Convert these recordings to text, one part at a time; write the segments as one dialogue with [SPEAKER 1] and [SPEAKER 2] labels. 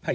[SPEAKER 1] 嗨，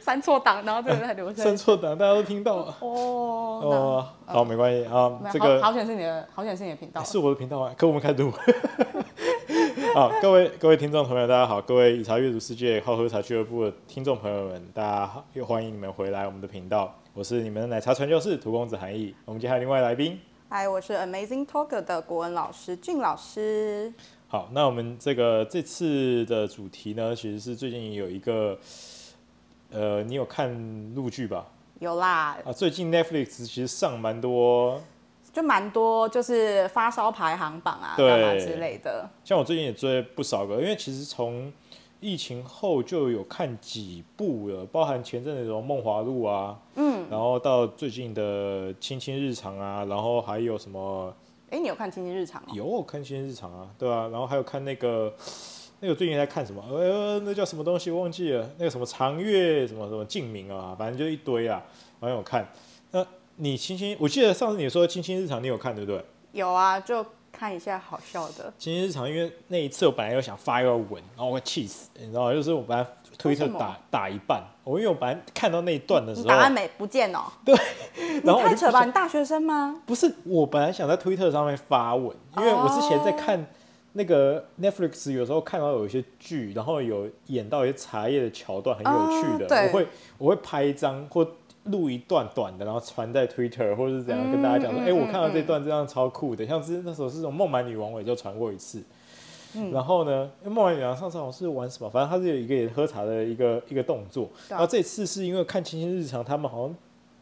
[SPEAKER 2] 删错档，然后这个在留声
[SPEAKER 3] 删。错档，大家都听到了。
[SPEAKER 2] 哦，
[SPEAKER 3] 哦，好，没关系啊
[SPEAKER 2] 那没有，
[SPEAKER 3] 这
[SPEAKER 2] 好
[SPEAKER 3] 个
[SPEAKER 2] 好险是你的，好险是你的频道。
[SPEAKER 3] 是我的频道啊，可我们开始录。 好，各位各位听众朋友，大家好，各位以茶阅读世界好喝茶俱乐部的听众朋友们，大家好，又欢迎你们回来我们的频道，我是你们的奶茶传教士涂公子韩毅，我们今天还有另外来宾。
[SPEAKER 2] 嗨，我是 Amazing Talker 的国文老师俊老师。
[SPEAKER 3] 好，那我们这个这次的主题呢，其实是最近有一个，呃，你有看陆剧吧？
[SPEAKER 2] 有啦，
[SPEAKER 3] 啊，最近 Netflix 其实上蛮多
[SPEAKER 2] 就蛮多，就是发烧排行榜啊，
[SPEAKER 3] 对
[SPEAKER 2] 干嘛之类的。
[SPEAKER 3] 像我最近也追了不少个，因为其实从疫情后就有看几部了，包含前阵子的《梦华录》啊，嗯，然后到最近的《亲亲日常》啊，然后还有什么
[SPEAKER 2] 哎、你有看《亲亲日常》吗？
[SPEAKER 3] 有我看《亲亲日常》啊，对啊，然后还有看那个那个最近在看什么，呃，那叫什么东西我忘记了，那个什么长月什么什么静明啊，反正就一堆啊，反正有看。那你亲亲，我记得上次你说《亲亲日常》你有看对不对？
[SPEAKER 2] 有啊，就看一下好笑的。
[SPEAKER 3] 今天日常，因为那一次我本来又想发一个文，然后我会气死，你知道吗？就是我本来推特
[SPEAKER 2] 为什么
[SPEAKER 3] 打打一半，我因为我本来看到那一段的时
[SPEAKER 2] 你
[SPEAKER 3] 候，
[SPEAKER 2] 答案没不见哦、
[SPEAKER 3] 然后
[SPEAKER 2] 你太
[SPEAKER 3] 我就不
[SPEAKER 2] 扯吧！
[SPEAKER 3] 想
[SPEAKER 2] 你大学生吗？
[SPEAKER 3] 不是，我本来想在推特上面发文，因为我之前在看那
[SPEAKER 2] 哦
[SPEAKER 3] 个 Netflix，有时候看到有一些剧，然后有演到一些茶叶的桥段，很有趣
[SPEAKER 2] 哦
[SPEAKER 3] 的，
[SPEAKER 2] 对
[SPEAKER 3] 我会我会拍一张或录一段短的，然后传在 Twitter 或者是怎样、跟大家讲说，
[SPEAKER 2] 嗯
[SPEAKER 3] 哎、我看到这段这样超酷的，像之那时候是从孟买女王我也就传过一次。
[SPEAKER 2] 嗯
[SPEAKER 3] 然后呢，因为孟买女王上次好像是玩什么，反正她是有一个也喝茶的一个一个动作。
[SPEAKER 2] 对啊
[SPEAKER 3] 然后这次是因为看《清新日常》，他们好像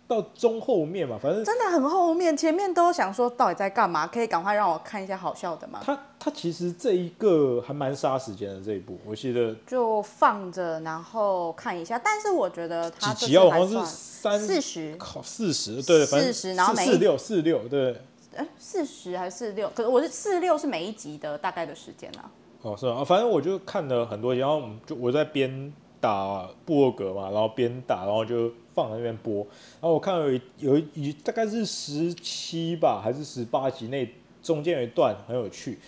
[SPEAKER 3] 到中后面嘛，反正
[SPEAKER 2] 真的很后面，前面都想说到底在干嘛？可以赶快让我看一下好笑的吗？
[SPEAKER 3] 他他其实这一个还蛮杀时间的这一部，我记得
[SPEAKER 2] 就放着，然后看一下。但是我觉得他这
[SPEAKER 3] 几集啊，
[SPEAKER 2] 次
[SPEAKER 3] 我
[SPEAKER 2] 还
[SPEAKER 3] 好像
[SPEAKER 2] 算
[SPEAKER 3] 是三
[SPEAKER 2] 四十，
[SPEAKER 3] 靠四十，对，反正
[SPEAKER 2] 40然后每一
[SPEAKER 3] 四六四六，对，
[SPEAKER 2] 哎，四十还是四六？可是我是四六是每一集的大概的时间啦。
[SPEAKER 3] 哦是啊，反正我就看了很多集，然后我们就我在边打部落格嘛，然后边打，然后就放在那边播，然后我看到有一有一有一大概是十七吧，还是十八集那中间有一段很有趣，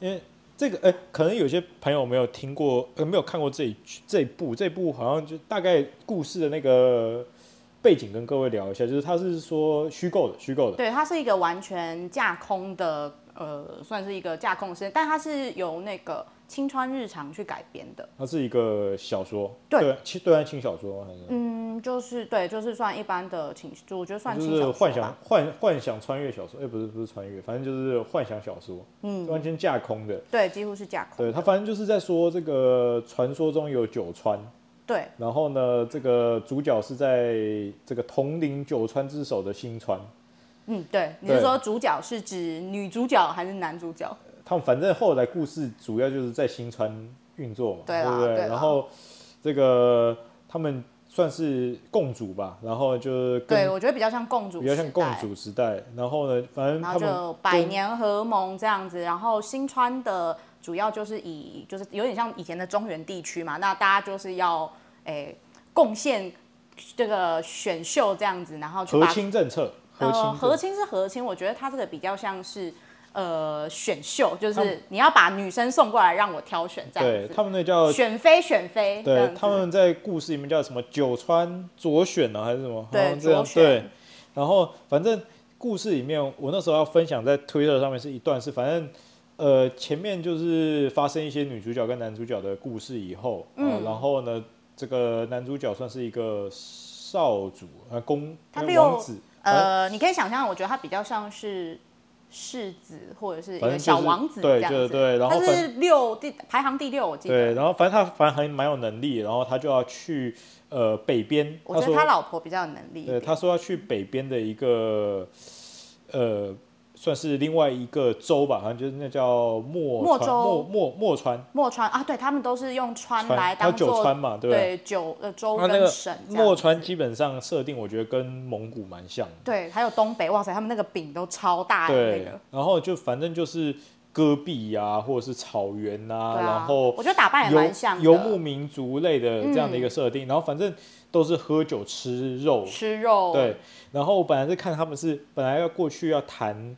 [SPEAKER 3] 因为这个哎、可能有些朋友没有听过，呃，没有看过这一剧这一部，这一部好像就大概故事的那个背景跟各位聊一下，就是它是说虚构的，虚构的，
[SPEAKER 2] 对，它是一个完全架空的，呃，算是一个架空的事件，但它是由那个青川日常去改编的。
[SPEAKER 3] 它是一个小说，
[SPEAKER 2] 对
[SPEAKER 3] 对，轻对岸轻小说，好像是
[SPEAKER 2] 嗯，就是对，就是算一般的情，就我觉得算轻
[SPEAKER 3] 就
[SPEAKER 2] 小
[SPEAKER 3] 是
[SPEAKER 2] 说吧
[SPEAKER 3] 幻想幻幻想穿越小说，哎、不是不是穿越，反正就是幻想小说，嗯，完全架空的。
[SPEAKER 2] 对，几乎是架空。
[SPEAKER 3] 对他，反正就是在说这个传说中有九川，
[SPEAKER 2] 对
[SPEAKER 3] 然后呢，这个主角是在这个统领九川之首的新川，
[SPEAKER 2] 嗯，对，你是
[SPEAKER 3] 对
[SPEAKER 2] 说主角是指女主角还是男主角？
[SPEAKER 3] 他们反正后来故事主要就是在新川运作嘛，
[SPEAKER 2] 对啦
[SPEAKER 3] 不对？
[SPEAKER 2] 对啦
[SPEAKER 3] 然后这个他们算是共主吧，然后就是
[SPEAKER 2] 对，
[SPEAKER 3] 跟
[SPEAKER 2] 我觉得比较像共主，
[SPEAKER 3] 比较像共。主时代，然后呢，反正
[SPEAKER 2] 然
[SPEAKER 3] 他
[SPEAKER 2] 后
[SPEAKER 3] 们
[SPEAKER 2] 就百年合盟这样子，然后新川的主要就是以就是有点像以前的中原地区嘛，那大家就是要诶、贡献这个选秀这样子，然后去
[SPEAKER 3] 和
[SPEAKER 2] 把
[SPEAKER 3] 亲政策，和亲
[SPEAKER 2] 呃
[SPEAKER 3] 政策
[SPEAKER 2] 和亲是和亲，我觉得他这个比较像是呃选秀，就
[SPEAKER 3] 他
[SPEAKER 2] 是你要把女生送过来让我挑选这样
[SPEAKER 3] 对
[SPEAKER 2] 子，
[SPEAKER 3] 他们那叫
[SPEAKER 2] 选妃选妃这样
[SPEAKER 3] 对
[SPEAKER 2] 子，
[SPEAKER 3] 他们在故事里面叫什么九川左选呢、还是什么？好
[SPEAKER 2] 对
[SPEAKER 3] 像这
[SPEAKER 2] 左
[SPEAKER 3] 样
[SPEAKER 2] 选
[SPEAKER 3] 对。然后反正故事里面，我那时候要分享在推特上面是一段是，反正呃前面就是发生一些女主角跟男主角的故事以后，
[SPEAKER 2] 嗯
[SPEAKER 3] 呃然后呢，这个男主角算是一个少主呃公
[SPEAKER 2] 他
[SPEAKER 3] 呃
[SPEAKER 2] 六
[SPEAKER 3] 王子，反
[SPEAKER 2] 呃，你可以想象，我觉得它比较像是世子或者是一
[SPEAKER 3] 反
[SPEAKER 2] 个
[SPEAKER 3] 正就是
[SPEAKER 2] 小王子这
[SPEAKER 3] 对
[SPEAKER 2] 样
[SPEAKER 3] 就
[SPEAKER 2] 子。
[SPEAKER 3] 是对然后
[SPEAKER 2] 它
[SPEAKER 3] 反
[SPEAKER 2] 是六第排行第六，我记
[SPEAKER 3] 对，
[SPEAKER 2] 得。
[SPEAKER 3] 然后反正他反正很蛮有能力，然后他就要去呃北边，
[SPEAKER 2] 我觉
[SPEAKER 3] 说
[SPEAKER 2] 得他老婆比较有能力一
[SPEAKER 3] 对，
[SPEAKER 2] 点。
[SPEAKER 3] 他说要去北边的一个呃，算是另外一个州吧，好像就是那叫莫
[SPEAKER 2] 莫
[SPEAKER 3] 川
[SPEAKER 2] 州
[SPEAKER 3] 莫莫莫川
[SPEAKER 2] 墨川啊，对他们都是用川
[SPEAKER 3] 川
[SPEAKER 2] 来
[SPEAKER 3] 还有
[SPEAKER 2] 当
[SPEAKER 3] 九
[SPEAKER 2] 做
[SPEAKER 3] 川嘛，对不对？
[SPEAKER 2] 对九呃州
[SPEAKER 3] 那那
[SPEAKER 2] 跟
[SPEAKER 3] 个
[SPEAKER 2] 省这样
[SPEAKER 3] 莫
[SPEAKER 2] 子
[SPEAKER 3] 川基本上设定，我觉得跟蒙古蛮像的。
[SPEAKER 2] 对，还有东北，哇塞，他们那个饼都超大的那
[SPEAKER 3] 对
[SPEAKER 2] 个。，
[SPEAKER 3] 然后就反正就是戈壁啊，或者是草原啊，
[SPEAKER 2] 对啊，
[SPEAKER 3] 然后
[SPEAKER 2] 我觉得打扮也蛮像
[SPEAKER 3] 游
[SPEAKER 2] 的，嗯
[SPEAKER 3] 游牧民族类的这样的一个设定，然后反正都是喝酒吃肉，
[SPEAKER 2] 吃肉，
[SPEAKER 3] 对。然后我本来是看他们是本来要过去要谈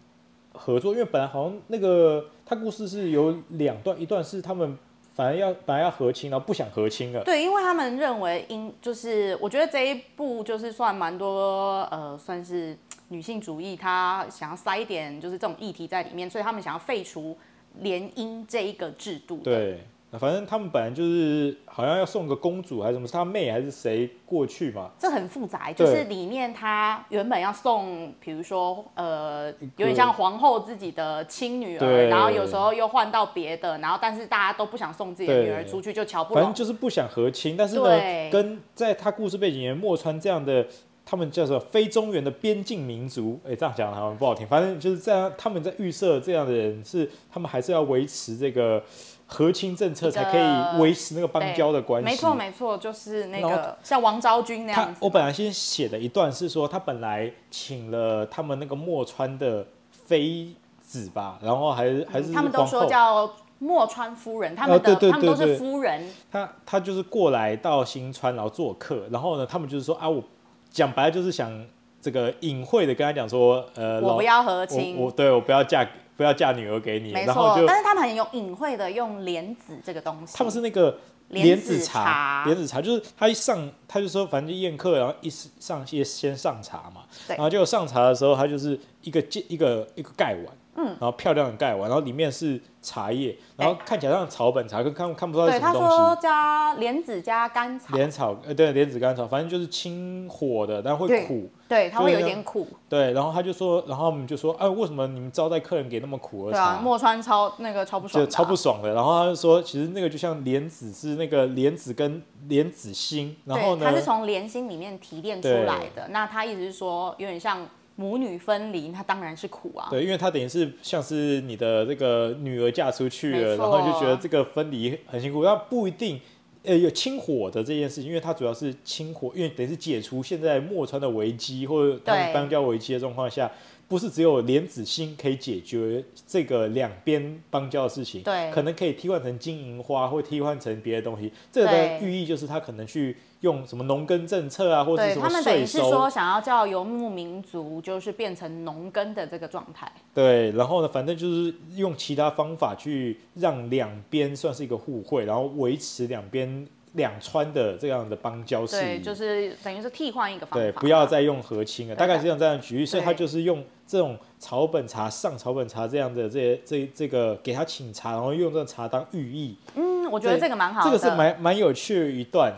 [SPEAKER 3] 合作，因为本来好像那个他故事是有两段，一段是他们反正要本来要和亲，然后不想和亲了，
[SPEAKER 2] 对，因为他们认为英就是，我觉得这一部就是算蛮多呃，算是女性主义，她想要塞一点就是这种议题在里面，所以他们想要废除联姻这一个制度。，
[SPEAKER 3] 对。反正他们本来就是好像要送个公主还是什么，是他妹还是谁过去嘛，
[SPEAKER 2] 这很复杂，欸就
[SPEAKER 3] 对
[SPEAKER 2] 是里面她原本要送，比如说呃，有
[SPEAKER 3] 个
[SPEAKER 2] 点像皇后自己的亲女儿，
[SPEAKER 3] 对
[SPEAKER 2] 然后有时候又换到别的，然后但是大家都不想送自己的女儿
[SPEAKER 3] 对
[SPEAKER 2] 出去，就瞧不
[SPEAKER 3] 反正
[SPEAKER 2] 拢。
[SPEAKER 3] 就是不想和亲，但是
[SPEAKER 2] 对
[SPEAKER 3] 呢，跟在他故事背景里面莫川这样的，他们叫做非中原的边境民族，哎、这样讲好像不好听，反正就是这样，他们在预设这样的人是，他们还是要维持这个和亲政策，
[SPEAKER 2] 一个
[SPEAKER 3] 才可以维持那个邦交的关系。
[SPEAKER 2] 没错没错，就是那
[SPEAKER 3] 然
[SPEAKER 2] 个像王昭君那样
[SPEAKER 3] 他
[SPEAKER 2] 子。
[SPEAKER 3] 我本来先写的一段是说，他本来请了他们那个莫川的妃子吧，然后还是还是
[SPEAKER 2] 嗯他们都
[SPEAKER 3] 皇
[SPEAKER 2] 说
[SPEAKER 3] 后
[SPEAKER 2] 叫墨川夫人，他们的、
[SPEAKER 3] 对对
[SPEAKER 2] 他们都
[SPEAKER 3] 对
[SPEAKER 2] 是
[SPEAKER 3] 对
[SPEAKER 2] 夫人，
[SPEAKER 3] 他他就是过来到新川，然后做客，然后呢，他们就是说啊，我讲白了就是想这个隐晦的跟他讲说，呃，
[SPEAKER 2] 我
[SPEAKER 3] 老
[SPEAKER 2] 不要和
[SPEAKER 3] 我我
[SPEAKER 2] 亲，
[SPEAKER 3] 对我不要嫁不要嫁女儿给你，
[SPEAKER 2] 没
[SPEAKER 3] 然后
[SPEAKER 2] 错
[SPEAKER 3] 就。
[SPEAKER 2] 但是他们很有隐晦的用莲子这个东西，
[SPEAKER 3] 他们是那个
[SPEAKER 2] 莲
[SPEAKER 3] 莲
[SPEAKER 2] 子
[SPEAKER 3] 子
[SPEAKER 2] 茶
[SPEAKER 3] 茶，莲子茶就是他一上，他就说反正就宴客，然后一上先先上茶嘛，
[SPEAKER 2] 对
[SPEAKER 3] 然后就上茶的时候，他就是一个介一个一个盖碗，嗯，然后漂亮的盖碗，然后里面是茶叶，然后看起来像草本茶，跟看看不出来是
[SPEAKER 2] 哎对
[SPEAKER 3] 什么
[SPEAKER 2] 他
[SPEAKER 3] 东西。
[SPEAKER 2] 说加莲子加甘草，
[SPEAKER 3] 莲草，呃，对，莲子甘草，反正就是清火的，但会
[SPEAKER 2] 对
[SPEAKER 3] 苦。
[SPEAKER 2] 对，它会有
[SPEAKER 3] 就是
[SPEAKER 2] 点苦，
[SPEAKER 3] 对，然后他就说，然后我们就说，哎，为什么你们招待客人给那么苦的
[SPEAKER 2] 对
[SPEAKER 3] 茶？
[SPEAKER 2] 啊，墨川超那个超不爽
[SPEAKER 3] 就
[SPEAKER 2] 的啊、
[SPEAKER 3] 超不爽的。然后他就说，其实那个就像莲子是那个莲子跟莲子心，然后
[SPEAKER 2] 对，
[SPEAKER 3] 呢
[SPEAKER 2] 它，是从莲心里面提炼出
[SPEAKER 3] 对
[SPEAKER 2] 来的，那他意思是说有点像母女分离，那当然是苦啊，
[SPEAKER 3] 对，因为他等于是像是你的这个女儿嫁出去
[SPEAKER 2] 没
[SPEAKER 3] 了，然
[SPEAKER 2] 错
[SPEAKER 3] 后就觉得这个分离很辛苦，那不一定。呃，有清火的这件事情，因为它主要是清火，因为等于是解除现在墨川的危机或者他们
[SPEAKER 2] 对
[SPEAKER 3] 邦交危机的状况下，不是只有莲子心可以解决这个两边邦交的事情，
[SPEAKER 2] 对
[SPEAKER 3] 可能可以替换成金银花，或替换成别的东西。这个
[SPEAKER 2] 对
[SPEAKER 3] 的寓意就是他可能去用什么农耕政策啊，或者是
[SPEAKER 2] 对
[SPEAKER 3] 什
[SPEAKER 2] 他
[SPEAKER 3] 么
[SPEAKER 2] 们等于
[SPEAKER 3] 税
[SPEAKER 2] 是
[SPEAKER 3] 收，
[SPEAKER 2] 说想要叫游牧民族就是变成农耕的这个状态。
[SPEAKER 3] 对，然后呢，反正就是用其他方法去让两边算是一个互惠，然后维持两边两川的这样的邦交事
[SPEAKER 2] 对，
[SPEAKER 3] 宜
[SPEAKER 2] 就。是等于是替换一个方法。
[SPEAKER 3] 对，不要再用和亲了，
[SPEAKER 2] 对
[SPEAKER 3] 大概是用这样的举例，所以他
[SPEAKER 2] 对
[SPEAKER 3] 就是用这种草本茶、上草本茶这样的这些这这个给他请茶，然后用这个茶当寓意，
[SPEAKER 2] 嗯，我觉得
[SPEAKER 3] 对
[SPEAKER 2] 这个蛮好
[SPEAKER 3] 这
[SPEAKER 2] 的。
[SPEAKER 3] 个是蛮蛮有趣的一段。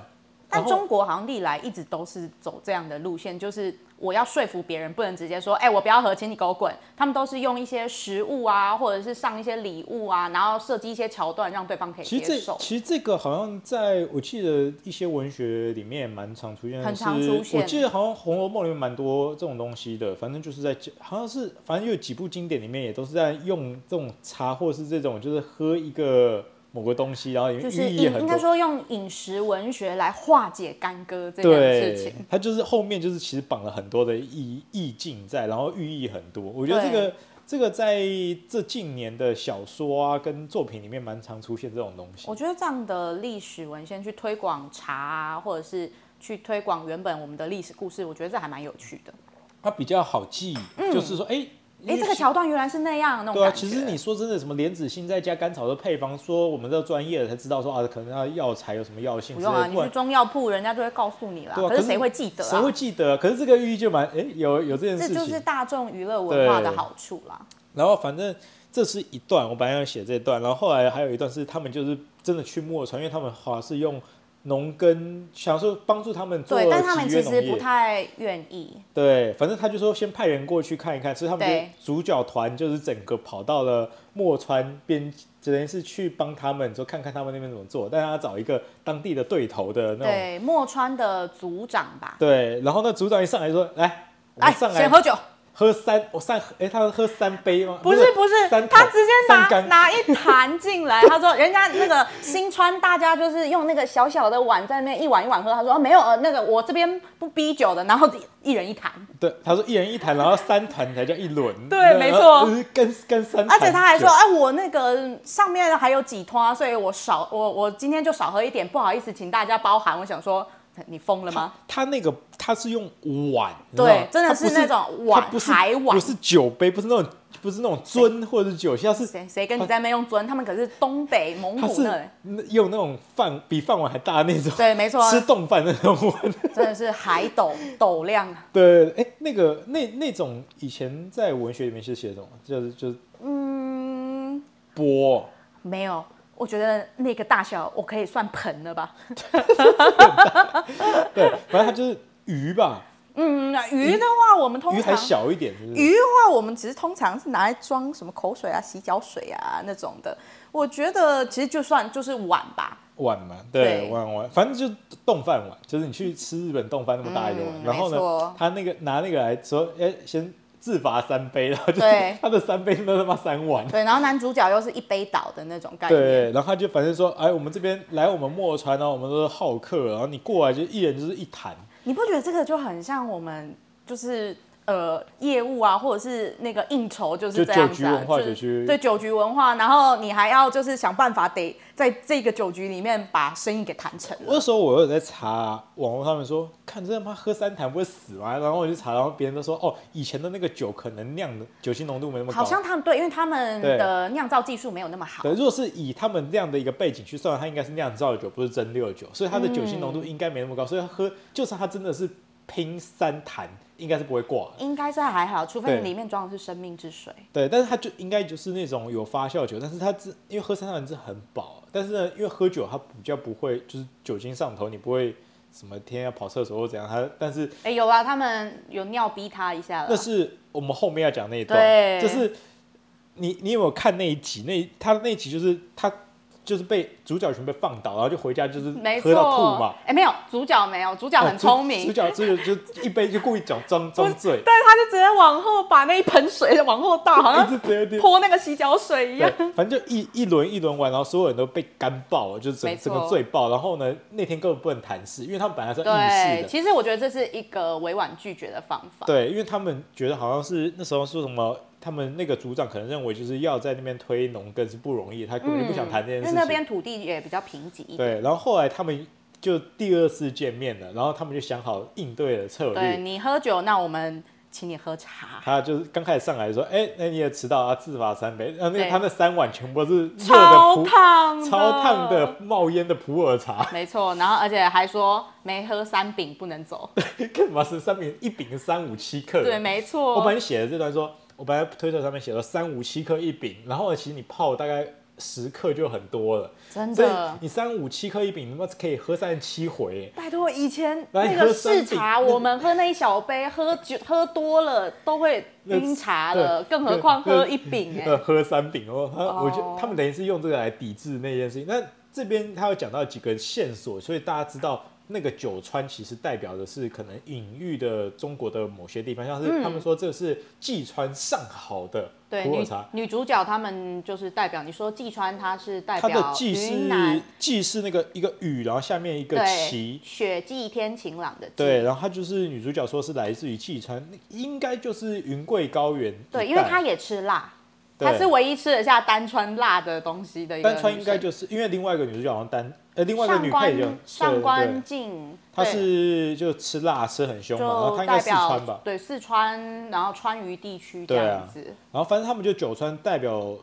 [SPEAKER 3] 然
[SPEAKER 2] 但
[SPEAKER 3] 后
[SPEAKER 2] 中国好像历来一直都是走这样的路线，就是我要说服别人，不能直接说，哎、我不要和亲，你给我滚。他们都是用一些食物啊，或者是上一些礼物啊，然后设计一些桥段，让对方可以
[SPEAKER 3] 其
[SPEAKER 2] 接
[SPEAKER 3] 实这
[SPEAKER 2] 受。
[SPEAKER 3] 其实这个好像在我记得一些文学里面蛮常出现的，
[SPEAKER 2] 很
[SPEAKER 3] 是
[SPEAKER 2] 常出现
[SPEAKER 3] 我记得好像《红楼梦》里面蛮多这种东西的，反正就是在好像是反正有几部经典里面也都是在用这种茶或是这种就是喝一个某个东西，然后里
[SPEAKER 2] 就
[SPEAKER 3] 面
[SPEAKER 2] 是
[SPEAKER 3] 寓意
[SPEAKER 2] 应
[SPEAKER 3] 很
[SPEAKER 2] 应该
[SPEAKER 3] 多。
[SPEAKER 2] 说用饮食文学来化解干戈这件事
[SPEAKER 3] 对
[SPEAKER 2] 情。，
[SPEAKER 3] 它就是后面就是其实绑了很多的意意境在，然后寓意很多。我觉得
[SPEAKER 2] 对
[SPEAKER 3] 这个这个在这近年的小说啊跟作品里面蛮常出现这种东西。
[SPEAKER 2] 我觉得这样的历史文献去推广茶啊，或者是去推广原本我们的历史故事，我觉得这还蛮有趣的。
[SPEAKER 3] 它比较好记，就是说，哎、因
[SPEAKER 2] 嗯哎、
[SPEAKER 3] 为
[SPEAKER 2] 这个
[SPEAKER 3] 其
[SPEAKER 2] 桥段原来是那样那种
[SPEAKER 3] 对啊，
[SPEAKER 2] 感觉。
[SPEAKER 3] 其实你说真的，什么莲子心再加甘草的配方，说我们这专业的才知道说啊，可能它药材有什么药性
[SPEAKER 2] 不
[SPEAKER 3] 之类
[SPEAKER 2] 用啊，
[SPEAKER 3] 的，
[SPEAKER 2] 你
[SPEAKER 3] 不
[SPEAKER 2] 去
[SPEAKER 3] 然
[SPEAKER 2] 中药铺，人家就会告诉你啦。
[SPEAKER 3] 对啊
[SPEAKER 2] 可
[SPEAKER 3] 可
[SPEAKER 2] 是
[SPEAKER 3] 是
[SPEAKER 2] 谁会记得
[SPEAKER 3] 谁
[SPEAKER 2] 啊
[SPEAKER 3] 会？记得啊？可是这个寓意就蛮哎、有有这件
[SPEAKER 2] 这
[SPEAKER 3] 事
[SPEAKER 2] 就
[SPEAKER 3] 情。
[SPEAKER 2] 是大众娱乐文化的好处啦。
[SPEAKER 3] 然后反正这是一段，我本来要写这段，然后后来还有一段是他们就是真的去墨川，因为他们好像是用农耕，想说帮助他们做
[SPEAKER 2] 对，但他们
[SPEAKER 3] 集约
[SPEAKER 2] 其
[SPEAKER 3] 农
[SPEAKER 2] 实
[SPEAKER 3] 业
[SPEAKER 2] 不太愿意。
[SPEAKER 3] 对，反正他就说先派人过去看一看，所以他们
[SPEAKER 2] 对
[SPEAKER 3] 就主角团就是整个跑到了墨川边，只能是去帮他们说看看他们那边怎么做，但他找一个当地的对头的那种
[SPEAKER 2] 对，墨川的组长吧，
[SPEAKER 3] 对，然后那组长一上来就说来，我
[SPEAKER 2] 来
[SPEAKER 3] 们上来
[SPEAKER 2] 先喝酒，
[SPEAKER 3] 喝三，我三，哎，他喝三杯吗？
[SPEAKER 2] 不是不是，
[SPEAKER 3] 三
[SPEAKER 2] 他
[SPEAKER 3] 口
[SPEAKER 2] 直接
[SPEAKER 3] 三
[SPEAKER 2] 拿
[SPEAKER 3] 缸
[SPEAKER 2] 拿一坛进来，他说人家那个新川大家就是用那个小小的碗在那边一碗一碗喝，他说、哦、没有呃那个我这边不逼酒的，然后一人一坛，
[SPEAKER 3] 对，他说一人一坛，然后三坛才叫一轮。
[SPEAKER 2] 对
[SPEAKER 3] 然后
[SPEAKER 2] 没错
[SPEAKER 3] 就是跟跟三坛酒。
[SPEAKER 2] 而且他还说哎、我那个上面还有几托，所以我少我我今天就少喝一点，不好意思，请大家包涵。我想说你疯了吗？
[SPEAKER 3] 他那个他是用碗，你知
[SPEAKER 2] 对
[SPEAKER 3] 道吗
[SPEAKER 2] 真的
[SPEAKER 3] 他
[SPEAKER 2] 是
[SPEAKER 3] 不
[SPEAKER 2] 那种碗
[SPEAKER 3] 他不是
[SPEAKER 2] 海碗
[SPEAKER 3] 不是酒杯，不是那种不是那种樽或者是酒像是
[SPEAKER 2] 谁谁跟你在那边用尊？他们可是东北蒙
[SPEAKER 3] 他
[SPEAKER 2] 古
[SPEAKER 3] 是
[SPEAKER 2] 那里，
[SPEAKER 3] 那用那种饭比饭碗还大的那种，
[SPEAKER 2] 对没错啊
[SPEAKER 3] 吃冻饭的那种碗。
[SPEAKER 2] 真的是海斗斗量啊。
[SPEAKER 3] 对，哎，那个那那种以前在文学里面是写什么？就是就是
[SPEAKER 2] 嗯，
[SPEAKER 3] 钵，
[SPEAKER 2] 没有，我觉得那个大小我可以算盆了吧。
[SPEAKER 3] 对，反正它就是鱼吧，
[SPEAKER 2] 嗯，鱼的话我们通
[SPEAKER 3] 鱼还
[SPEAKER 2] 常。
[SPEAKER 3] 小一点，是不是
[SPEAKER 2] 鱼的话，我们其实通常是拿来装什么口水啊、洗脚水啊那种的。我觉得其实就算就是碗吧，
[SPEAKER 3] 碗嘛，
[SPEAKER 2] 对
[SPEAKER 3] 对，碗碗，反正就冻饭碗，就是你去吃日本冻饭那么大一个碗，
[SPEAKER 2] 嗯
[SPEAKER 3] 然后
[SPEAKER 2] 没错
[SPEAKER 3] 呢，他那个拿那个来说，哎、先自罚三杯，然后就
[SPEAKER 2] 对
[SPEAKER 3] 他的三杯都他妈三碗，
[SPEAKER 2] 对，然后男主角又是一杯倒的那种概念，
[SPEAKER 3] 对，然后他就反正说，哎，我们这边来我们墨川呢，我们都是好客，然后你过来就一人就是一坛，
[SPEAKER 2] 你不觉得这个就很像我们就是呃业务啊，或者是那个应酬就是
[SPEAKER 3] 就
[SPEAKER 2] 这样子啊，
[SPEAKER 3] 酒局文化
[SPEAKER 2] 就是
[SPEAKER 3] 酒局
[SPEAKER 2] 对酒局文化，然后你还要就是想办法得在这个酒局里面把生意给谈成了
[SPEAKER 3] 那时候我有在查网络上面说，看这他妈喝三坛不会死吗？然后我就查，然后别人都说，哦，以前的那个酒可能酿的酒精浓度没那么高，
[SPEAKER 2] 好像他们对，因为他们
[SPEAKER 3] 对
[SPEAKER 2] 的酿造技术没有那么好
[SPEAKER 3] 对，，如果是以他们这样的一个背景去算，它应该是酿造的酒，不是蒸馏的酒，所以它的酒精
[SPEAKER 2] 嗯
[SPEAKER 3] 浓度应该没那么高，所以它喝，就算它真的是拼三坛，应该是不会挂的。
[SPEAKER 2] 应该是还好，除非你
[SPEAKER 3] 对
[SPEAKER 2] 里面装的是生命之水。
[SPEAKER 3] 对，但是它就应该就是那种有发酵酒，但是它这因为喝三坛是很饱，啊但是呢，因为喝酒它比较不会就是酒精上头，你不会什么天天要跑厕所或怎样，它但是
[SPEAKER 2] 哎、有啊，他们有尿逼他一下了。
[SPEAKER 3] 那是我们后面要讲那一
[SPEAKER 2] 对
[SPEAKER 3] 段，就是你你有没有看那一集？那他那一集就是他就是被主角群被放倒，然后就回家就是
[SPEAKER 2] 没
[SPEAKER 3] 喝到吐
[SPEAKER 2] 错
[SPEAKER 3] 嘛。，
[SPEAKER 2] 哎、没有主角没有，主角
[SPEAKER 3] 哦
[SPEAKER 2] 很
[SPEAKER 3] 主
[SPEAKER 2] 聪明，
[SPEAKER 3] 主角就是就一杯就故意讲装装醉，
[SPEAKER 2] 但是他就直接往后把那一盆水往后倒，好
[SPEAKER 3] 一
[SPEAKER 2] 像
[SPEAKER 3] 直直接丢
[SPEAKER 2] 泼那个洗脚水一样。
[SPEAKER 3] 对，反正就一一轮一轮玩，然后所有人都被干爆了，就是
[SPEAKER 2] 没错
[SPEAKER 3] 整整个醉爆。然后呢，那天根本不能谈事，因为他们本来是要议事
[SPEAKER 2] 对，
[SPEAKER 3] 的，
[SPEAKER 2] 其实我觉得这是一个委婉拒绝的方法。
[SPEAKER 3] 对，因为他们觉得好像是那时候说什么，他们那个组长可能认为就是要在那边推农耕是不容易，他根本就不想谈这件
[SPEAKER 2] 因
[SPEAKER 3] 事
[SPEAKER 2] 为
[SPEAKER 3] 情。
[SPEAKER 2] 嗯那边土地也比较贫瘠一点。
[SPEAKER 3] 对，然后后来他们就第二次见面了，然后他们就想好应对的策
[SPEAKER 2] 对
[SPEAKER 3] 略。
[SPEAKER 2] 你喝酒，那我们请你喝茶。
[SPEAKER 3] 他就是刚开始上来说，哎、那你也迟到啊，自罚三杯。然后那
[SPEAKER 2] 对
[SPEAKER 3] 个他那三碗全部都是热的
[SPEAKER 2] 超
[SPEAKER 3] 普，
[SPEAKER 2] 烫，
[SPEAKER 3] 超烫的。冒烟的普洱茶，
[SPEAKER 2] 没错，然后而且还说没喝三饼不能走。
[SPEAKER 3] 干嘛是三饼一饼三五七克？
[SPEAKER 2] 对，没
[SPEAKER 3] 我
[SPEAKER 2] 错
[SPEAKER 3] 本。来写的这段说，我本来推特上面写了三五七克一饼，然后其实你泡大概十克就很多了，
[SPEAKER 2] 真
[SPEAKER 3] 所以
[SPEAKER 2] 的
[SPEAKER 3] 你三五七克一饼，你他妈可以喝三十七回耶。
[SPEAKER 2] 拜托，以前
[SPEAKER 3] 来
[SPEAKER 2] 那个
[SPEAKER 3] 喝三
[SPEAKER 2] 试
[SPEAKER 3] 饼
[SPEAKER 2] 茶，
[SPEAKER 3] 那
[SPEAKER 2] 我们喝那一小杯，喝酒喝多了都会
[SPEAKER 3] 那
[SPEAKER 2] 晕茶了，
[SPEAKER 3] 对
[SPEAKER 2] 更何况
[SPEAKER 3] 对
[SPEAKER 2] 喝一饼哎
[SPEAKER 3] 呃，。 喝三饼哦，他、
[SPEAKER 2] 哦
[SPEAKER 3] 我觉得他们等于是用这个来抵制那件事情。那这边他有讲到几个线索，所以大家知道那个九川其实代表的是可能隐喻的中国的某些地方，像是他们说这是济川上好的
[SPEAKER 2] 嗯对，
[SPEAKER 3] 普洱
[SPEAKER 2] 女
[SPEAKER 3] 茶，
[SPEAKER 2] 女主角她们就是代表，你说季川她是代
[SPEAKER 3] 它的
[SPEAKER 2] 表
[SPEAKER 3] 济
[SPEAKER 2] 云
[SPEAKER 3] 是
[SPEAKER 2] 南，
[SPEAKER 3] 济是那个一个雨，然后下面一个
[SPEAKER 2] 对
[SPEAKER 3] 旗，。
[SPEAKER 2] 雪霁天晴朗的霁
[SPEAKER 3] 对，然后它就是女主角说是来自于济川，那应该就是云贵高原一带。
[SPEAKER 2] 对，因为她也吃辣，
[SPEAKER 3] 对
[SPEAKER 2] 她是唯一吃得下单川辣的东西的一个
[SPEAKER 3] 单川
[SPEAKER 2] 女
[SPEAKER 3] 应该
[SPEAKER 2] 生
[SPEAKER 3] 就是因为另外一个女主角好像单，呃，另外一个
[SPEAKER 2] 上
[SPEAKER 3] 女配角
[SPEAKER 2] 官上
[SPEAKER 3] 对对
[SPEAKER 2] 官静，
[SPEAKER 3] 她
[SPEAKER 2] 对
[SPEAKER 3] 是就吃辣吃很凶嘛，然后
[SPEAKER 2] 就
[SPEAKER 3] 她应该
[SPEAKER 2] 代
[SPEAKER 3] 四川
[SPEAKER 2] 表
[SPEAKER 3] 吧，
[SPEAKER 2] 对四川，然后川渝地区这
[SPEAKER 3] 对啊
[SPEAKER 2] 样子。
[SPEAKER 3] 然后反正他们就九川代表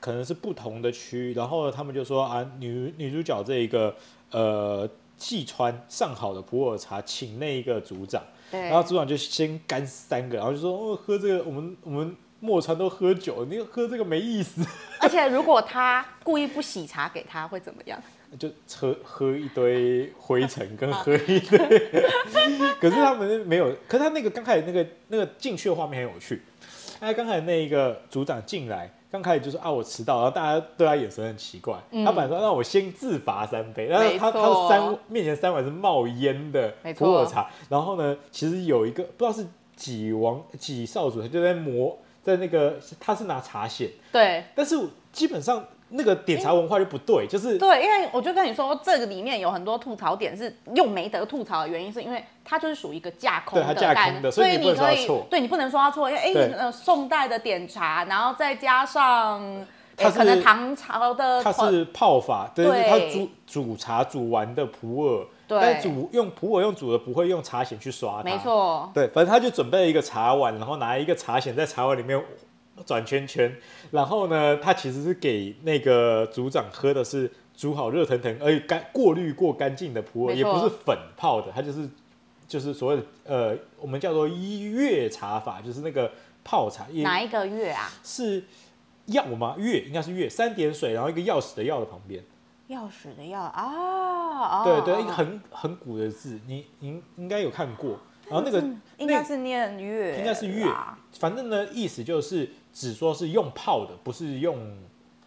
[SPEAKER 3] 可能是不同的区，然后他们就说啊，女女主角这一个呃济川上好的普洱茶，请那一个组长，
[SPEAKER 2] 对
[SPEAKER 3] 然后组长就先干三个，然后就说哦喝这个我们我们墨川都喝酒，你喝这个没意思，
[SPEAKER 2] 而且如果他故意不洗茶给他，会怎么样？
[SPEAKER 3] 就喝喝一堆灰尘，跟喝一堆， 可是他们没有，可是他那个刚开始那个那个进去的画面很有趣。哎，刚才那一个组长进来，刚开始就说啊我迟到，然后大家对他眼神很奇怪。他本来说那我先自罚三杯，但
[SPEAKER 2] 嗯没
[SPEAKER 3] 是他他
[SPEAKER 2] 错
[SPEAKER 3] 的三面前三碗是冒烟的
[SPEAKER 2] 没错
[SPEAKER 3] 普洱茶，然后呢，其实有一个不知道是几王几少主，他就在磨，在那个他是拿茶筅，
[SPEAKER 2] 对
[SPEAKER 3] 但是基本上那个点茶文化就不对，就是
[SPEAKER 2] 对，因为我就跟你说，这个里面有很多吐槽点是又没得吐槽的原因，是因为它就是属于一个架空
[SPEAKER 3] 对它
[SPEAKER 2] 的
[SPEAKER 3] 架
[SPEAKER 2] 概
[SPEAKER 3] 空
[SPEAKER 2] 念，
[SPEAKER 3] 的所
[SPEAKER 2] 所
[SPEAKER 3] 以你不能说
[SPEAKER 2] 可
[SPEAKER 3] 它
[SPEAKER 2] 以
[SPEAKER 3] 错
[SPEAKER 2] 对你不能说它错，因为哎、
[SPEAKER 3] 对
[SPEAKER 2] 呃，宋代的点茶，然后再加上、哎
[SPEAKER 3] 它是
[SPEAKER 2] 可能唐朝的
[SPEAKER 3] 它是泡法，对，
[SPEAKER 2] 对
[SPEAKER 3] 它煮煮茶煮完的普洱，
[SPEAKER 2] 对
[SPEAKER 3] 但煮用普洱用煮的不会用茶筅去刷它，
[SPEAKER 2] 没，错，
[SPEAKER 3] 对，反正他就准备了一个茶碗，然后拿一个茶筅在茶碗里面转圈圈，然后呢，他其实是给那个组长喝的是煮好热腾腾，而且干过滤过干净的普洱，
[SPEAKER 2] 没
[SPEAKER 3] 也
[SPEAKER 2] 错
[SPEAKER 3] 不是粉泡的，它就是就是所谓的呃，我们叫做一月茶法，就是那个泡茶，也
[SPEAKER 2] 哪一个月啊？
[SPEAKER 3] 是药吗？月应该是月，三点水，然后一个钥匙的钥的旁边，
[SPEAKER 2] 钥匙的钥啊，哦
[SPEAKER 3] 对对，一个很很古的字，你你应该有看过，然后那个
[SPEAKER 2] 嗯应
[SPEAKER 3] 那
[SPEAKER 2] 该是念月，
[SPEAKER 3] 应该是月，反正呢意思就是只说是用泡的，不是用，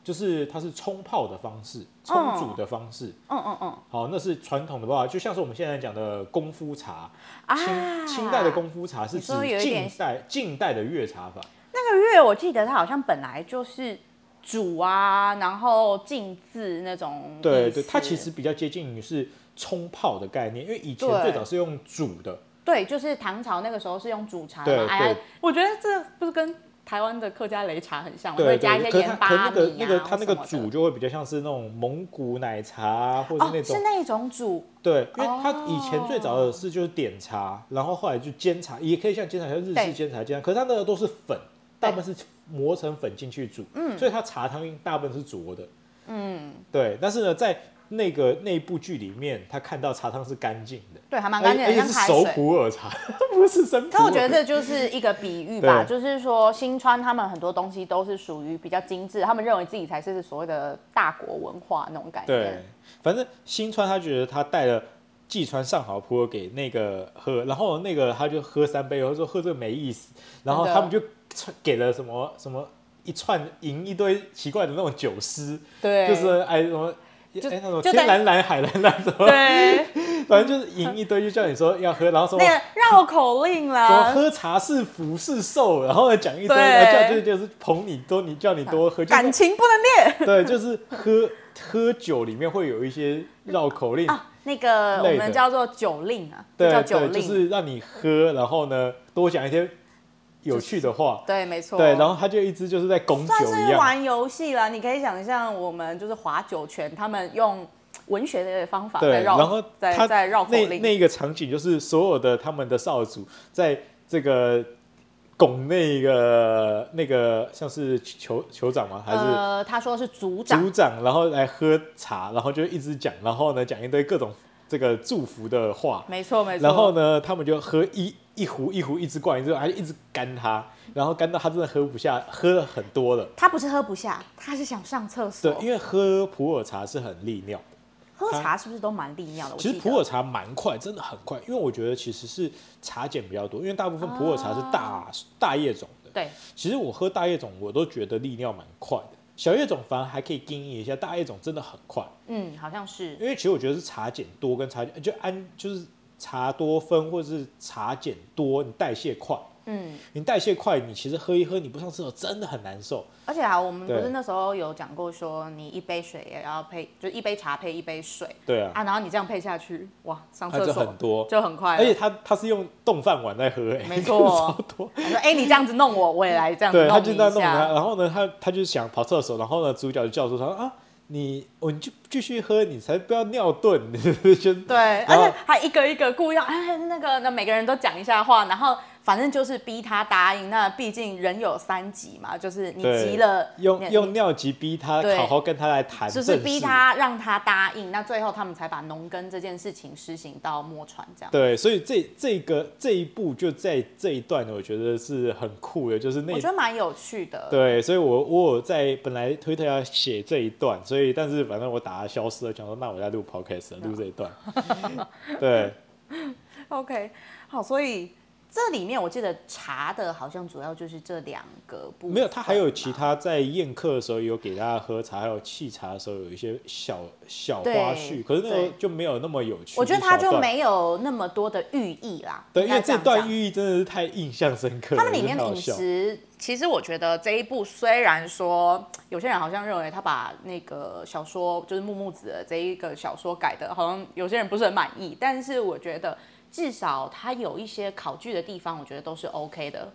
[SPEAKER 3] 就是它是冲泡的方式，冲煮的方式。
[SPEAKER 2] 嗯嗯嗯，
[SPEAKER 3] 好，那是传统的话，就像是我们现在讲的功夫茶，
[SPEAKER 2] 啊，
[SPEAKER 3] 清清代的功夫茶是
[SPEAKER 2] 你
[SPEAKER 3] 指
[SPEAKER 2] 说有一
[SPEAKER 3] 近
[SPEAKER 2] 点
[SPEAKER 3] 代近代的粤茶法。
[SPEAKER 2] 那个月我记得它好像本来就是煮啊，然后浸渍那种。
[SPEAKER 3] 对对，它其实比较接近于是冲泡的概念，因为以前
[SPEAKER 2] 对
[SPEAKER 3] 最早是用煮的，
[SPEAKER 2] 对，就是唐朝那个时候是用煮茶
[SPEAKER 3] 对
[SPEAKER 2] 嘛，哎
[SPEAKER 3] 对，
[SPEAKER 2] 我觉得这不是跟台湾的客家擂茶很像吗？
[SPEAKER 3] 对
[SPEAKER 2] 会加一
[SPEAKER 3] 对。
[SPEAKER 2] 些
[SPEAKER 3] 可是
[SPEAKER 2] 盐
[SPEAKER 3] 它
[SPEAKER 2] 巴
[SPEAKER 3] 可
[SPEAKER 2] 米
[SPEAKER 3] 是
[SPEAKER 2] 啊
[SPEAKER 3] 那个那个它那个
[SPEAKER 2] 或什么
[SPEAKER 3] 煮
[SPEAKER 2] 的
[SPEAKER 3] 就会比较像是那种蒙古奶茶啊或是
[SPEAKER 2] 哦，
[SPEAKER 3] 那种
[SPEAKER 2] 是那哦种煮，
[SPEAKER 3] 对，因为它以前最早的是就是点茶，然后后来就煎茶，也可以像煎茶，像日式
[SPEAKER 2] 对
[SPEAKER 3] 煎茶这样。可是它那个都是粉，大部分是磨成粉进去煮，嗯，所以它茶汤大部分是浊的，嗯，对。但是呢，在那个那部剧里面，他看到茶汤是干净的，
[SPEAKER 2] 对，还蛮
[SPEAKER 3] 而
[SPEAKER 2] 干
[SPEAKER 3] 且
[SPEAKER 2] 净的，
[SPEAKER 3] 而且
[SPEAKER 2] 像
[SPEAKER 3] 哎是
[SPEAKER 2] 开
[SPEAKER 3] 熟
[SPEAKER 2] 水。
[SPEAKER 3] 普洱茶， 不是生普洱。
[SPEAKER 2] 可我觉得这就是一个比喻吧，
[SPEAKER 3] 对
[SPEAKER 2] 就是说新川他们很多东西都是属于比较精致，他们认为自己才是所谓的大国文化那种感
[SPEAKER 3] 对
[SPEAKER 2] 觉。，
[SPEAKER 3] 反正新川他觉得他带了季川上好普洱给那个喝，然后那个他就喝三杯，然后说喝这个没意思，然后
[SPEAKER 2] 真的
[SPEAKER 3] 他们就给了什么什么一串银一堆奇怪的那种酒诗，
[SPEAKER 2] 对
[SPEAKER 3] 就是哎什么。哎，那种
[SPEAKER 2] 就
[SPEAKER 3] 天蓝蓝、海蓝蓝什么，
[SPEAKER 2] 对，
[SPEAKER 3] 反正就是银一堆，就叫你说要喝，然后什么
[SPEAKER 2] 那个绕口令
[SPEAKER 3] 什么
[SPEAKER 2] 啦，
[SPEAKER 3] 喝茶是福是寿，然后呢讲一堆，
[SPEAKER 2] 对
[SPEAKER 3] 然后叫就就是捧你多，你叫你多喝，就是
[SPEAKER 2] 感情不能练
[SPEAKER 3] 对，就是喝喝酒里面会有一些绕口令，
[SPEAKER 2] 啊。 那个我
[SPEAKER 3] 累的
[SPEAKER 2] 们叫做酒令啊，
[SPEAKER 3] 对
[SPEAKER 2] 就叫酒
[SPEAKER 3] 对，就
[SPEAKER 2] 令，
[SPEAKER 3] 是让你喝，然后呢多讲一些有趣的话，
[SPEAKER 2] 对，没错。
[SPEAKER 3] 对，然后他就一直就是在拱酒
[SPEAKER 2] 算
[SPEAKER 3] 一
[SPEAKER 2] 是
[SPEAKER 3] 样，
[SPEAKER 2] 玩游戏啦，你可以想象我们就是划酒拳，他们用文学的方法在
[SPEAKER 3] 对，
[SPEAKER 2] 绕，
[SPEAKER 3] 然后
[SPEAKER 2] 在
[SPEAKER 3] 他
[SPEAKER 2] 在绕口
[SPEAKER 3] 那
[SPEAKER 2] 令，
[SPEAKER 3] 那个场景就是所有的他们的少主在这个拱那个那个像是酋酋长吗？还是？
[SPEAKER 2] 呃，他说是组长
[SPEAKER 3] 组，长，然后来喝茶，然后就一直讲，然后呢讲一堆各种这个祝福的话，
[SPEAKER 2] 没错没错。
[SPEAKER 3] 然后呢，他们就喝一一壶一壶一直灌，一直灌还一直干它，然后干到他真的喝不下，喝了很多了。
[SPEAKER 2] 他不是喝不下，他是想上厕所
[SPEAKER 3] 对，。因为喝普洱茶是很利尿的。
[SPEAKER 2] 喝茶是不是都蛮利尿的？我
[SPEAKER 3] 其实
[SPEAKER 2] 记
[SPEAKER 3] 普
[SPEAKER 2] 得
[SPEAKER 3] 洱茶蛮快，真的很快，因为我觉得其实是茶碱比较多，因为大部分普洱茶是大、
[SPEAKER 2] 啊
[SPEAKER 3] 大叶种的。
[SPEAKER 2] 对，
[SPEAKER 3] 其实我喝大叶种，我都觉得利尿蛮快的。小叶种反而还可以经营一下，大叶种真的很快。
[SPEAKER 2] 嗯，好像是。
[SPEAKER 3] 因为其实我觉得是茶碱多跟茶就安就是茶多酚或者是茶碱多，你代谢快。
[SPEAKER 2] 嗯，
[SPEAKER 3] 你代谢快，你其实喝一喝，你不上厕所真的很难受。
[SPEAKER 2] 而且啊，我们不
[SPEAKER 3] 对
[SPEAKER 2] 是那时候有讲过说，你一杯水也要配，就一杯茶配一杯水
[SPEAKER 3] 对，
[SPEAKER 2] 啊，然后你这样配下去，哇，上
[SPEAKER 3] 它
[SPEAKER 2] 厕
[SPEAKER 3] 就
[SPEAKER 2] 所
[SPEAKER 3] 很多，
[SPEAKER 2] 就很快
[SPEAKER 3] 而且
[SPEAKER 2] 了。
[SPEAKER 3] 他他是用冻饭碗在喝、欸，
[SPEAKER 2] 哎没 错
[SPEAKER 3] 超多。
[SPEAKER 2] 他说：“哎、你这样子弄我，我也来这样子
[SPEAKER 3] 对，他
[SPEAKER 2] 弄你
[SPEAKER 3] 就在
[SPEAKER 2] 一
[SPEAKER 3] 弄他，
[SPEAKER 2] 下。
[SPEAKER 3] 然后呢，他他就想跑厕所，然后呢，主角就叫住他啊，你我你就继续喝，你才不要尿遁，就”
[SPEAKER 2] 对，而
[SPEAKER 3] 然后
[SPEAKER 2] 且还一个一个故意要哎，那个那每个人都讲一下话，然后反正就是逼他答应。那毕竟人有三急嘛，就是你
[SPEAKER 3] 对
[SPEAKER 2] 急了，
[SPEAKER 3] 用
[SPEAKER 2] 你
[SPEAKER 3] 用尿急逼他，
[SPEAKER 2] 对
[SPEAKER 3] 好好跟他来谈
[SPEAKER 2] 就
[SPEAKER 3] 正
[SPEAKER 2] 是
[SPEAKER 3] 事，
[SPEAKER 2] 逼他让他答应，那最后他们才把农耕这件事情施行到墨川这样。
[SPEAKER 3] 对，所以这这个这一步就在这一段，我觉得是很酷的，就是那
[SPEAKER 2] 我觉得蛮有趣的。
[SPEAKER 3] 对，所以我我有在本来推特要写这一段，所以但是反正我打它消失了，想说那我在录 podcast 了录这一段，对
[SPEAKER 2] OK，好，所以这里面我记得查的好像主要就是这两个部分吧，
[SPEAKER 3] 没有，他还有其他在宴客的时候有给大家喝茶，还有沏茶的时候有一些小小
[SPEAKER 2] 对
[SPEAKER 3] 花絮，可是那
[SPEAKER 2] 对
[SPEAKER 3] 个就没有那么有趣。
[SPEAKER 2] 我觉得他
[SPEAKER 3] 一
[SPEAKER 2] 就
[SPEAKER 3] 小段
[SPEAKER 2] 没有那么多的寓意啦。
[SPEAKER 3] 对，
[SPEAKER 2] 应
[SPEAKER 3] 因
[SPEAKER 2] 该
[SPEAKER 3] 为这
[SPEAKER 2] 样
[SPEAKER 3] 段
[SPEAKER 2] 讲
[SPEAKER 3] 寓意真的是太印象深刻了。
[SPEAKER 2] 他们里面的
[SPEAKER 3] 真
[SPEAKER 2] 饮
[SPEAKER 3] 好笑
[SPEAKER 2] 食，其实我觉得这一部虽然说有些人好像认为他把那个小说就是木木子的这一个小说改的，好像有些人不是很满意，但是我觉得至少他有一些考据的地方，我觉得都是 OK 的。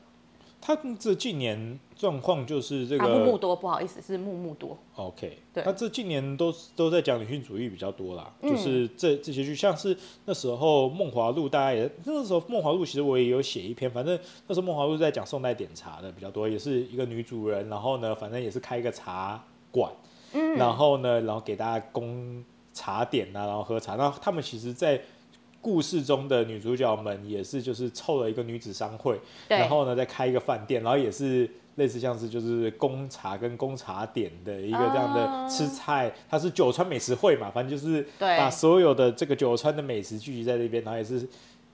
[SPEAKER 3] 他这近年状况就是这
[SPEAKER 2] 啊，木木
[SPEAKER 3] 个、
[SPEAKER 2] 多不好意思，是木木多。
[SPEAKER 3] OK，
[SPEAKER 2] 对嗯
[SPEAKER 3] 他这近年都是都在讲女性主义比较多啦，就是这这些剧，像是那时候《梦华录》，大家也那时候《梦华录》其实我也有写一篇，反正那时候《梦华录》在讲宋代点茶的比较多，也是一个女主人，然后呢，反正也是开一个茶馆，
[SPEAKER 2] 嗯
[SPEAKER 3] 然后呢，然后给大家供茶点啊，然后喝茶。然后他们其实，在故事中的女主角们也是就是凑了一个女子商会，
[SPEAKER 2] 对
[SPEAKER 3] 然后呢再开一个饭店，然后也是类似像是就是供茶跟供茶点的一个这样
[SPEAKER 2] 啊
[SPEAKER 3] 的吃菜，它是九川美食会嘛，反正就是
[SPEAKER 2] 对
[SPEAKER 3] 把所有的这个九川的美食聚集在这边，然后也是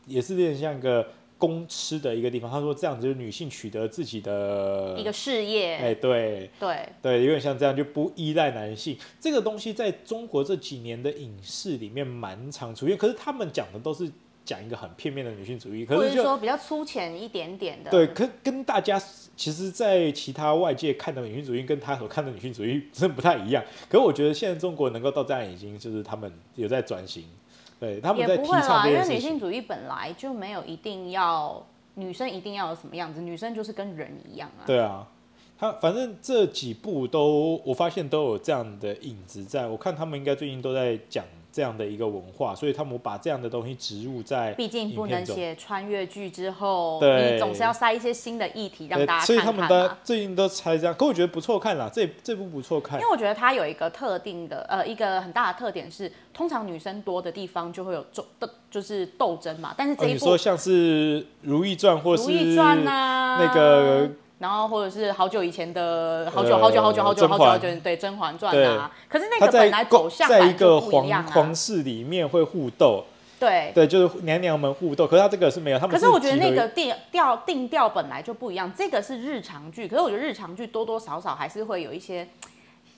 [SPEAKER 3] 也是有点像一个。公吃的一个地方，他说这样子就是女性取得自己的
[SPEAKER 2] 一个事业，
[SPEAKER 3] 哎、对，
[SPEAKER 2] 对，
[SPEAKER 3] 对，有点像这样，就不依赖男性这个东西，在中国这几年的影视里面蛮常出现。可是他们讲的都是讲一个很片面的女性主义，
[SPEAKER 2] 或
[SPEAKER 3] 可
[SPEAKER 2] 者
[SPEAKER 3] 是
[SPEAKER 2] 是
[SPEAKER 3] 就
[SPEAKER 2] 说比较粗浅一点点的，
[SPEAKER 3] 对，跟跟大家其实，在其他外界看的女性主义，跟他所看的女性主义真的不太一样。可是我觉得现在中国能够到这样，已经就是他们有在转型，对，他们
[SPEAKER 2] 也
[SPEAKER 3] 在
[SPEAKER 2] 不
[SPEAKER 3] 提
[SPEAKER 2] 会
[SPEAKER 3] 倡
[SPEAKER 2] 啦，
[SPEAKER 3] 这
[SPEAKER 2] 因
[SPEAKER 3] 件
[SPEAKER 2] 为
[SPEAKER 3] 事
[SPEAKER 2] 女
[SPEAKER 3] 情
[SPEAKER 2] 性。主义本来就没有一定要女生一定要有什么样子，女生就是跟人一样啊。
[SPEAKER 3] 对啊，他反正这几部都我发现都有这样的影子在，我看他们应该最近都在讲这样的一个文化，所以他们把这样的东西植入在
[SPEAKER 2] 毕竟不
[SPEAKER 3] 影片
[SPEAKER 2] 能
[SPEAKER 3] 中
[SPEAKER 2] 写穿越剧之后，
[SPEAKER 3] 对
[SPEAKER 2] 你总是要塞一些新的议题让
[SPEAKER 3] 对
[SPEAKER 2] 大
[SPEAKER 3] 所以
[SPEAKER 2] 家
[SPEAKER 3] 他
[SPEAKER 2] 看看
[SPEAKER 3] 们都
[SPEAKER 2] 嘛。
[SPEAKER 3] 最近都拆这样，可我觉得不错看啦，这这部不错看
[SPEAKER 2] 因为。我觉得它有一个特定的，呃，一个很大的特点是，通常女生多的地方就会有斗斗，就是斗争嘛。但是
[SPEAKER 3] 哦、
[SPEAKER 2] 这一
[SPEAKER 3] 你
[SPEAKER 2] 部
[SPEAKER 3] 说
[SPEAKER 2] 《
[SPEAKER 3] 像是《如懿传》或是
[SPEAKER 2] 如懿传》啊呐，
[SPEAKER 3] 那个，
[SPEAKER 2] 然后或者是好久以前的，好久
[SPEAKER 3] 呃
[SPEAKER 2] 好久好久好久好久
[SPEAKER 3] 甄
[SPEAKER 2] 好
[SPEAKER 3] 嬛
[SPEAKER 2] 久，对《甄嬛传》啊。可是那
[SPEAKER 3] 他
[SPEAKER 2] 个本
[SPEAKER 3] 在
[SPEAKER 2] 来
[SPEAKER 3] 宫
[SPEAKER 2] 走向
[SPEAKER 3] 在一
[SPEAKER 2] 版
[SPEAKER 3] 个
[SPEAKER 2] 就不
[SPEAKER 3] 皇
[SPEAKER 2] 一样啊
[SPEAKER 3] 皇。室里面会互斗，
[SPEAKER 2] 对，
[SPEAKER 3] 对，就是娘娘们互斗。可是他这个是没有，他们
[SPEAKER 2] 可是我觉得
[SPEAKER 3] 集合
[SPEAKER 2] 那个定调定调本来就不一样，这个是日常剧，可是我觉得日常剧多多少少还是会有一些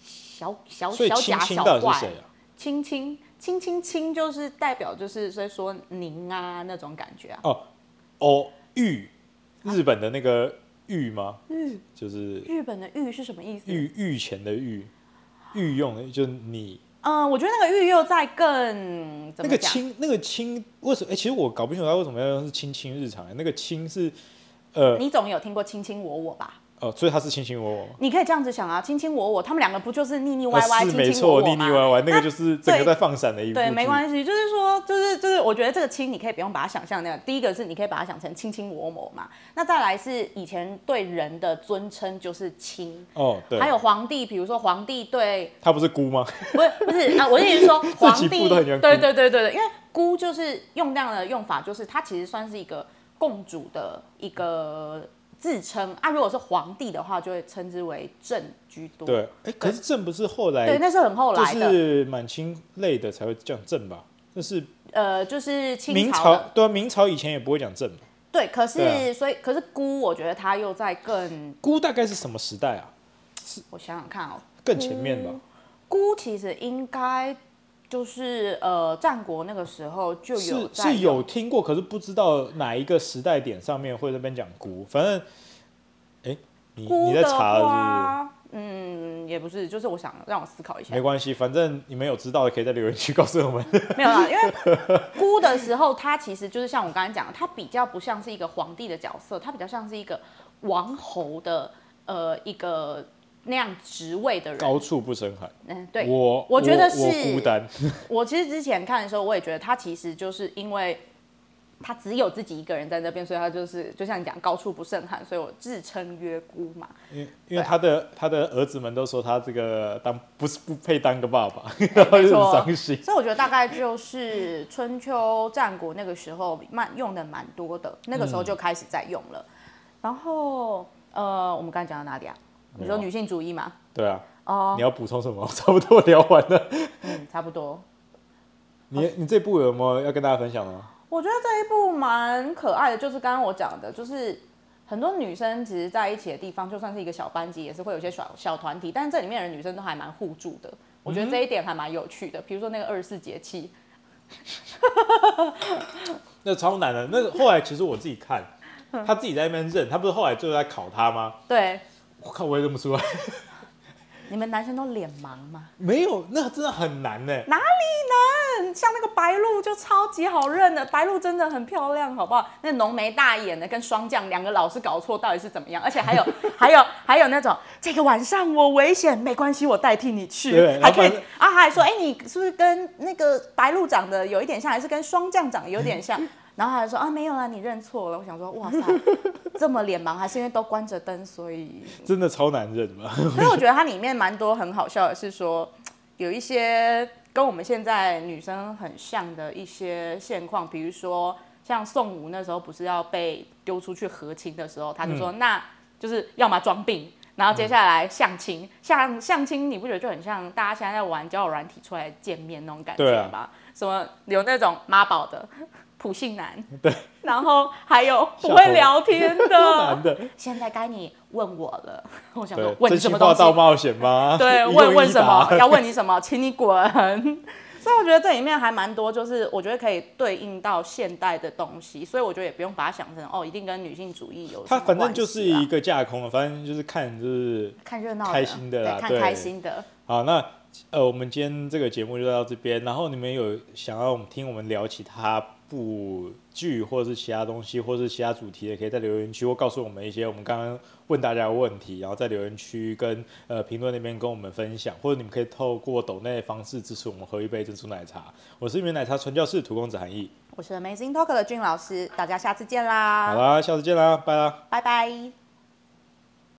[SPEAKER 2] 小小
[SPEAKER 3] 所以
[SPEAKER 2] 小
[SPEAKER 3] 青
[SPEAKER 2] 假
[SPEAKER 3] 青
[SPEAKER 2] 小
[SPEAKER 3] 到底是
[SPEAKER 2] 怪
[SPEAKER 3] 谁。啊？
[SPEAKER 2] 青青青青青就是代表就是所以说您啊那种感觉啊，
[SPEAKER 3] 哦，哦，玉，日本的那个玉吗？就是
[SPEAKER 2] 日本的玉是什么意思？
[SPEAKER 3] 御御前的御，御用的就是你
[SPEAKER 2] 嗯、我觉得那个玉又在更怎
[SPEAKER 3] 那
[SPEAKER 2] 么
[SPEAKER 3] 个
[SPEAKER 2] 讲？
[SPEAKER 3] 亲，那个亲为什么？哎、其实我搞不清楚他为什么要用是亲亲日常、那个亲是 呃
[SPEAKER 2] 你总有听过卿卿我我吧？
[SPEAKER 3] 哦，所以他是卿卿我我吗。
[SPEAKER 2] 你可以这样子想啊，卿卿我我，他们两个不就是腻腻歪歪、
[SPEAKER 3] 哦是没
[SPEAKER 2] 卿卿我我
[SPEAKER 3] 错，腻
[SPEAKER 2] 吗
[SPEAKER 3] 腻？歪歪，那个就是整
[SPEAKER 2] 对
[SPEAKER 3] 个在放闪的一部
[SPEAKER 2] 对，没
[SPEAKER 3] 系。
[SPEAKER 2] 关系，就是说，就是就是，我觉得这个亲你可以不用把它想象那样。第一个是你可以把它想成卿卿我我嘛，那再来是以前对人的尊称就是亲，
[SPEAKER 3] 哦，对，
[SPEAKER 2] 还有皇帝，比如说皇帝对
[SPEAKER 3] 他不是姑吗？
[SPEAKER 2] 不是不是啊，我的意思是说皇
[SPEAKER 3] 自己
[SPEAKER 2] 帝
[SPEAKER 3] 附都很喜欢
[SPEAKER 2] 对
[SPEAKER 3] 姑
[SPEAKER 2] 对对对对，因为姑就是用那样的用法，就是它其实算是一个共主的一个自称啊。如果是皇帝的话，就会称之为正居多。
[SPEAKER 3] 对，哎、可是朕不是后来
[SPEAKER 2] 对，那是很后
[SPEAKER 3] 就
[SPEAKER 2] 来的，
[SPEAKER 3] 是满清类的才会讲朕吧？那是
[SPEAKER 2] 呃，就是清
[SPEAKER 3] 明
[SPEAKER 2] 朝的
[SPEAKER 3] 朝对啊，明朝以前也不会讲朕吧。
[SPEAKER 2] 对，可是、
[SPEAKER 3] 对啊
[SPEAKER 2] 所以可是姑，我觉得她又在更，
[SPEAKER 3] 姑大概是什么时代啊？
[SPEAKER 2] 我想想看哦，
[SPEAKER 3] 更前面吧。
[SPEAKER 2] 姑其实应该就是呃战国那个时候就有
[SPEAKER 3] 是
[SPEAKER 2] 在
[SPEAKER 3] 是有听过，可是不知道哪一个时代点上面会这边讲姑。反正，哎、你
[SPEAKER 2] 姑
[SPEAKER 3] 你在
[SPEAKER 2] 的
[SPEAKER 3] 查了
[SPEAKER 2] 话，嗯，也不是，就是我想让我思考一下
[SPEAKER 3] 是不是？没，关系，反正你们有知道的可以在留言区告诉我们。
[SPEAKER 2] 没有啦，因为姑的时候，她其实就是像我刚才讲的，她比较不像是一个皇帝的角色，她比较像是一个王侯的呃一个那样职位的人。
[SPEAKER 3] 高处不胜寒，
[SPEAKER 2] 嗯，对，
[SPEAKER 3] 我
[SPEAKER 2] 我觉得
[SPEAKER 3] 我
[SPEAKER 2] 是
[SPEAKER 3] 孤单。
[SPEAKER 2] 我其实之前看的时候，我也觉得他其实就是因为他只有自己一个人在那边，所以他就是就像你讲高处不胜寒，所以我自称曰孤嘛。
[SPEAKER 3] 因为因为他的他的儿子们都说他这个当不是不配当个 爸爸，
[SPEAKER 2] 没
[SPEAKER 3] 然后就
[SPEAKER 2] 错
[SPEAKER 3] 很伤心。
[SPEAKER 2] 所以我觉得大概就是春秋战国那个时候蛮用的蛮多的，那个时候就开始在用了。然后呃，我们刚才讲到哪里啊？你说
[SPEAKER 3] 没有
[SPEAKER 2] 女性主义嘛？
[SPEAKER 3] 对啊，
[SPEAKER 2] 哦，
[SPEAKER 3] 你要补充什么？我 差不多聊完了。
[SPEAKER 2] 嗯，差不多。
[SPEAKER 3] 你你这部有没有要跟大家分享的吗？
[SPEAKER 2] 我觉得这一部蛮可爱的，就是刚刚我讲的，就是很多女生其实在一起的地方，就算是一个小班级，也是会有一些小小团体，但这里面的女生都还蛮互助的。我觉得这一点还蛮有趣的，比如说那个二十四节气，
[SPEAKER 3] 那超难的。那后来其实我自己看，他自己在那边认，他不是后来最后在考他吗？
[SPEAKER 2] 对，
[SPEAKER 3] 我靠，我也认不出来。
[SPEAKER 2] 你们男生都脸盲吗？
[SPEAKER 3] 没有，那真的很难呢。
[SPEAKER 2] 哪里能？像那个白鹿就超级好认的，白鹿真的很漂亮，好不好？那浓眉大眼的跟霜降两个老是搞错，到底是怎么样？而且还有还有还有那种这个晚上我危险，没关系，我代替你去
[SPEAKER 3] 对，
[SPEAKER 2] 还可以
[SPEAKER 3] 然后
[SPEAKER 2] 啊，还说哎、你是不是跟那个白鹿长得有一点像，还是跟霜降长得有点像？然后还说啊没有啦，你认错了。我想说哇塞，这么脸盲还是因为都关着灯，所以
[SPEAKER 3] 真的超难认 吧？
[SPEAKER 2] 所以我觉得它里面蛮多很好笑的，是说有一些跟我们现在女生很像的一些现况，比如说像宋武那时候不是要被丢出去和亲的时候，
[SPEAKER 3] 嗯
[SPEAKER 2] 他就说、那就是要么装病。然后接下来相亲，相相亲你不觉得就很像大家现在在玩交友软体出来见面那种感
[SPEAKER 3] 对
[SPEAKER 2] 觉
[SPEAKER 3] 啊
[SPEAKER 2] 吗？什么有那种妈宝的普信男，对，然后还有 不
[SPEAKER 3] 吓
[SPEAKER 2] 会
[SPEAKER 3] 我
[SPEAKER 2] 聊天
[SPEAKER 3] 超
[SPEAKER 2] 的
[SPEAKER 3] 难，的。
[SPEAKER 2] 现在该你问我了， 我想说
[SPEAKER 3] 对，
[SPEAKER 2] 问
[SPEAKER 3] 真
[SPEAKER 2] 你什么
[SPEAKER 3] 心
[SPEAKER 2] 东
[SPEAKER 3] 话
[SPEAKER 2] 西？
[SPEAKER 3] 大冒险吗？
[SPEAKER 2] 对，
[SPEAKER 3] 一
[SPEAKER 2] 问
[SPEAKER 3] 问
[SPEAKER 2] 问
[SPEAKER 3] 一
[SPEAKER 2] 什么？
[SPEAKER 3] 答
[SPEAKER 2] 要问你什么？请你滚。 所以我觉得这里面还蛮多，就是我觉得可以对应到现代的东西，所以我觉得也不用把它想成哦，一定跟女性主义有什么
[SPEAKER 3] 他反正就
[SPEAKER 2] 关
[SPEAKER 3] 是
[SPEAKER 2] 系啊
[SPEAKER 3] 一个架空了，反正就是看就是
[SPEAKER 2] 看热闹的、
[SPEAKER 3] 开心的啦
[SPEAKER 2] 对，看
[SPEAKER 3] 对
[SPEAKER 2] 开心的。
[SPEAKER 3] 好，那呃，我们今天这个节目就到这边。然后你们有想要我们听我们聊其他部剧，或者是其他东西，或者是其他主题的，也可以在留言区或告诉我们一些我们刚刚问大家的问题，然后在留言区跟呃评论那边跟我们分享，或者你们可以透过抖内的方式支持我们喝一杯珍珠奶茶。我是一名奶茶传教士土公子韩毅。
[SPEAKER 2] 我是 Amazing Talk 的俊老师，大家下次见啦，
[SPEAKER 3] 好啦，下次见啦，拜啦。
[SPEAKER 2] 拜拜。